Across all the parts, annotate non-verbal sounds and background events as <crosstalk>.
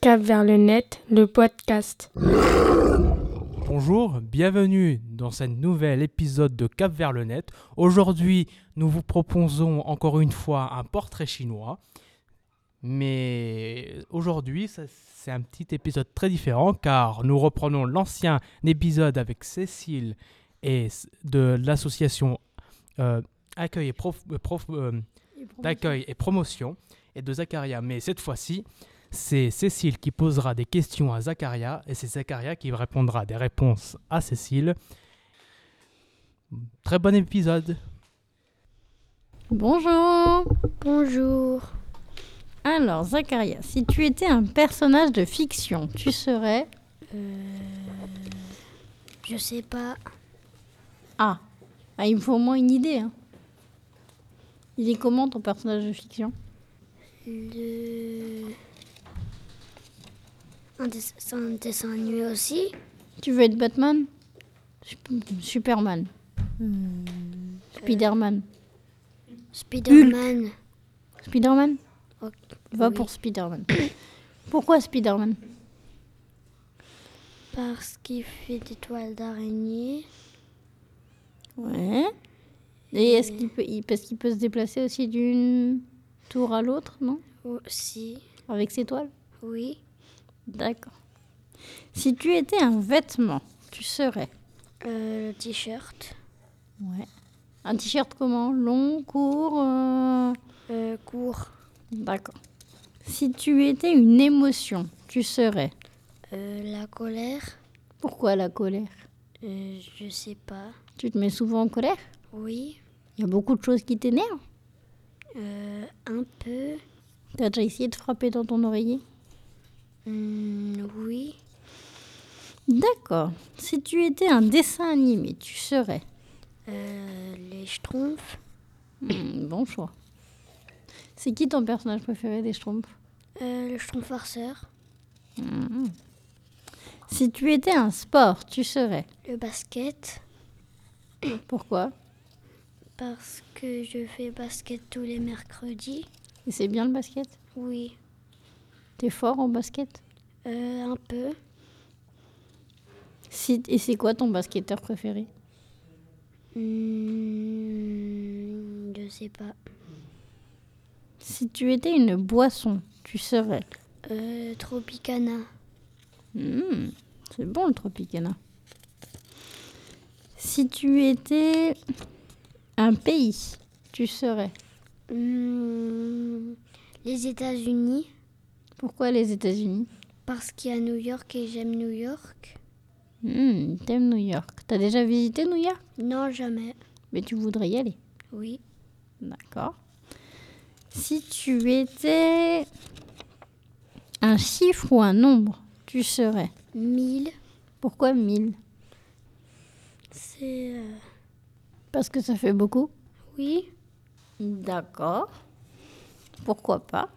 Cap vers le net, le podcast. Bonjour, bienvenue dans ce nouvel épisode de Cap vers le net. Aujourd'hui, nous vous proposons encore une fois un portrait chinois. Mais aujourd'hui, ça- c'est un petit épisode très différent car nous reprenons l'ancien épisode avec Cécile et s- de l'association euh, Accueil et Prof- euh, Prof- euh, d'accueil et promotion et de Zacharia. Mais cette fois-ci, c'est Cécile qui posera des questions à Zacharia et c'est Zacharia qui répondra des réponses à Cécile. Très bon épisode. Bonjour Bonjour. Alors, Zacharia, si tu étais un personnage de fiction, tu serais... Je sais pas. Ah, Ah, il me faut au moins une idée. hein. Il est comment ton personnage de fiction Le... Un, dess- c'est un dessin animé aussi. Tu veux être Batman Sup- Superman Hmm, Spiderman euh, Spider-Man. Spiderman Ok, Va oui. pour Spiderman. <coughs> Pourquoi Spiderman Parce qu'il fait des toiles d'araignée. Ouais. Et est-ce qu'il peut, il- parce qu'il peut se déplacer aussi d'une tour à l'autre, non Aussi. Avec ses toiles Oui. D'accord. Si tu étais un vêtement, tu serais Euh, le t-shirt. Ouais. Un t-shirt comment Long, court euh, Euh, court. D'accord. Si tu étais une émotion, tu serais Euh, la colère. Pourquoi la colère Euh, je sais pas. Tu te mets souvent en colère Oui. Il y a beaucoup de choses qui t'énervent. Euh, un peu. T'as déjà essayé de frapper dans ton oreiller Hmm, oui. D'accord. Si tu étais un dessin animé, tu serais Euh, les schtroumpfs. Hmm, Bon choix. C'est qui ton personnage préféré des Schtroumpfs Euh, le schtroumpf farceur. Si tu étais un sport, tu serais Le basket. Pourquoi Parce que je fais basket tous les mercredis. Et c'est bien le basket Oui. T'es fort en basket Euh, un peu. Si- Et c'est quoi ton basketteur préféré Hmm, je sais pas. Si tu étais une boisson, tu serais. Euh, Tropicana. Hmm, c'est bon le Tropicana. Si tu étais un pays, tu serais. Hmm, les États-Unis. Pourquoi les États-Unis Parce qu'il y a New York et j'aime New York. Hmm, t'aimes New York. T'as déjà visité New York Non, jamais. Mais tu voudrais y aller. Oui. D'accord. Si tu étais un chiffre ou un nombre, tu serais. 1000. Pourquoi 1000 C'est. euh, Parce que ça fait beaucoup. Oui. D'accord. Pourquoi pas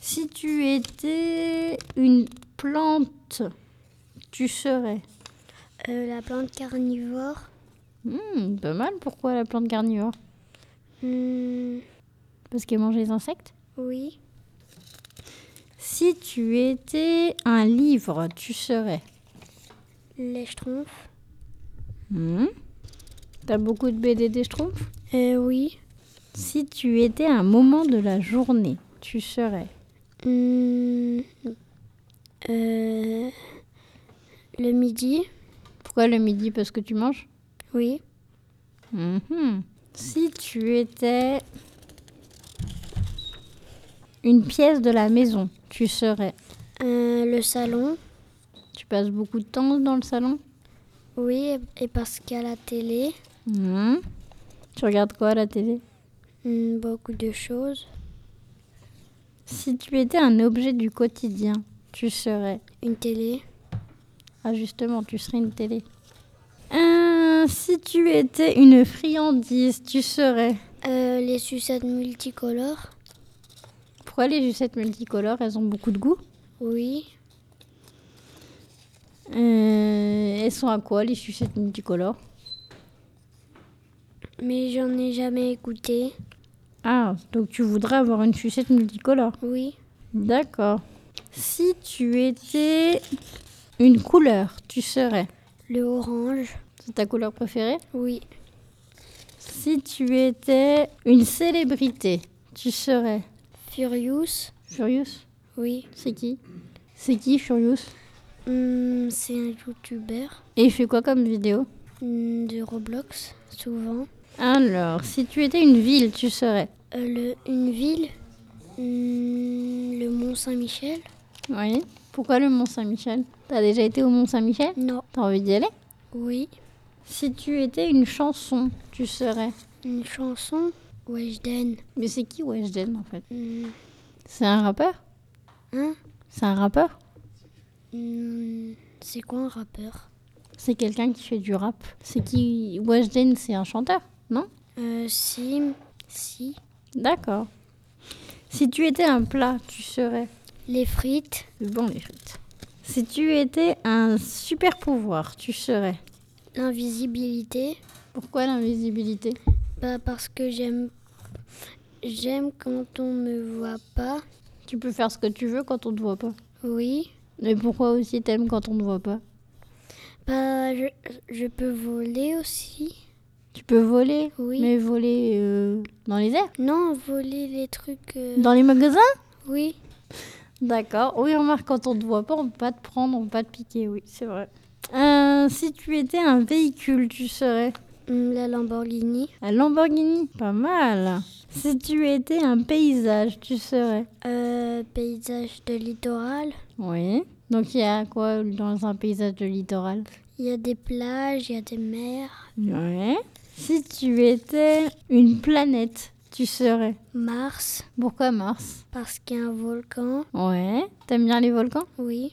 Si tu étais une plante, tu serais. Euh, la plante carnivore. Hmm, pas mal. Pourquoi la plante carnivore Hmm, Parce qu'elle mange les insectes oui. Si tu étais un livre, tu serais. Les schtroumpfs. Hmm. T'as beaucoup de BD des Schtroumpfs Euh, oui. Si tu étais un moment de la journée, tu serais. Hmm, euh, le midi. Pourquoi le midi Parce que tu manges Oui. Mhm. Si tu étais une pièce de la maison, tu serais. Euh, le salon. Tu passes beaucoup de temps dans le salon Oui. Et et parce qu'à la télé, Mhm. Tu regardes quoi à la télé hmm, beaucoup de choses. Si tu étais un objet du quotidien, tu serais. Une télé. Ah justement, tu serais une télé. Euh, si tu étais une friandise, tu serais. Euh, les sucettes multicolores. pourquoi les sucettes multicolores, elles ont beaucoup de goût Oui. Euh, Elles sont à quoi les sucettes multicolores Mais j'en ai jamais goûté. Ah, donc tu voudrais avoir une sucette multicolore Oui. D'accord. Si tu étais une couleur, tu serais Le orange. C'est ta couleur préférée Oui. Si tu étais une célébrité, tu serais Furious. Furious Oui. C'est qui C'est qui Furious Hum, c'est un youtubeur Et il fait quoi comme vidéo hum, de Roblox, souvent. Alors, si tu étais une ville, tu serais Euh, le, une ville. hum, le Mont Saint-Michel. Oui. Pourquoi le Mont Saint-Michel T'as déjà été au Mont Saint-Michel Non. T'as envie d'y aller Oui. Si tu étais une chanson, tu serais Une chanson. Weshden. Mais c'est qui Weshden en fait Hum, C'est un rappeur hein C'est un rappeur Hum, C'est quoi un rappeur C'est quelqu'un qui fait du rap. C'est qui Weshden, c'est un chanteur, non Euh, si. Si. D'accord. Si tu étais un plat, tu serais Les frites. bon les frites. Si tu étais un super pouvoir, tu serais L'invisibilité. Pourquoi l'invisibilité Bah parce que j'aime j'aime quand on me voit pas. Tu peux faire ce que tu veux quand on te voit pas. Oui. Mais pourquoi aussi t'aimes quand on te voit pas Bah je, je peux voler aussi. Tu peux voler, Oui. mais voler euh, dans les airs Non, voler les trucs. euh, Dans les magasins Oui. D'accord. Oui, remarque, quand on te voit pas, on peut pas te prendre, on peut pas te piquer, oui, c'est vrai. Euh, si tu étais un véhicule, tu serais Hum, La Lamborghini. un Lamborghini. Pas mal. Si tu étais un paysage, tu serais Euh, paysage de littoral. Oui. Donc il y a quoi dans un paysage de littoral Il y a des plages, il y a des mers. Oui. Si tu étais une planète, tu serais Mars, Pourquoi Mars parce qu'il y a un volcan. Ouais. T'aimes bien les volcans Oui.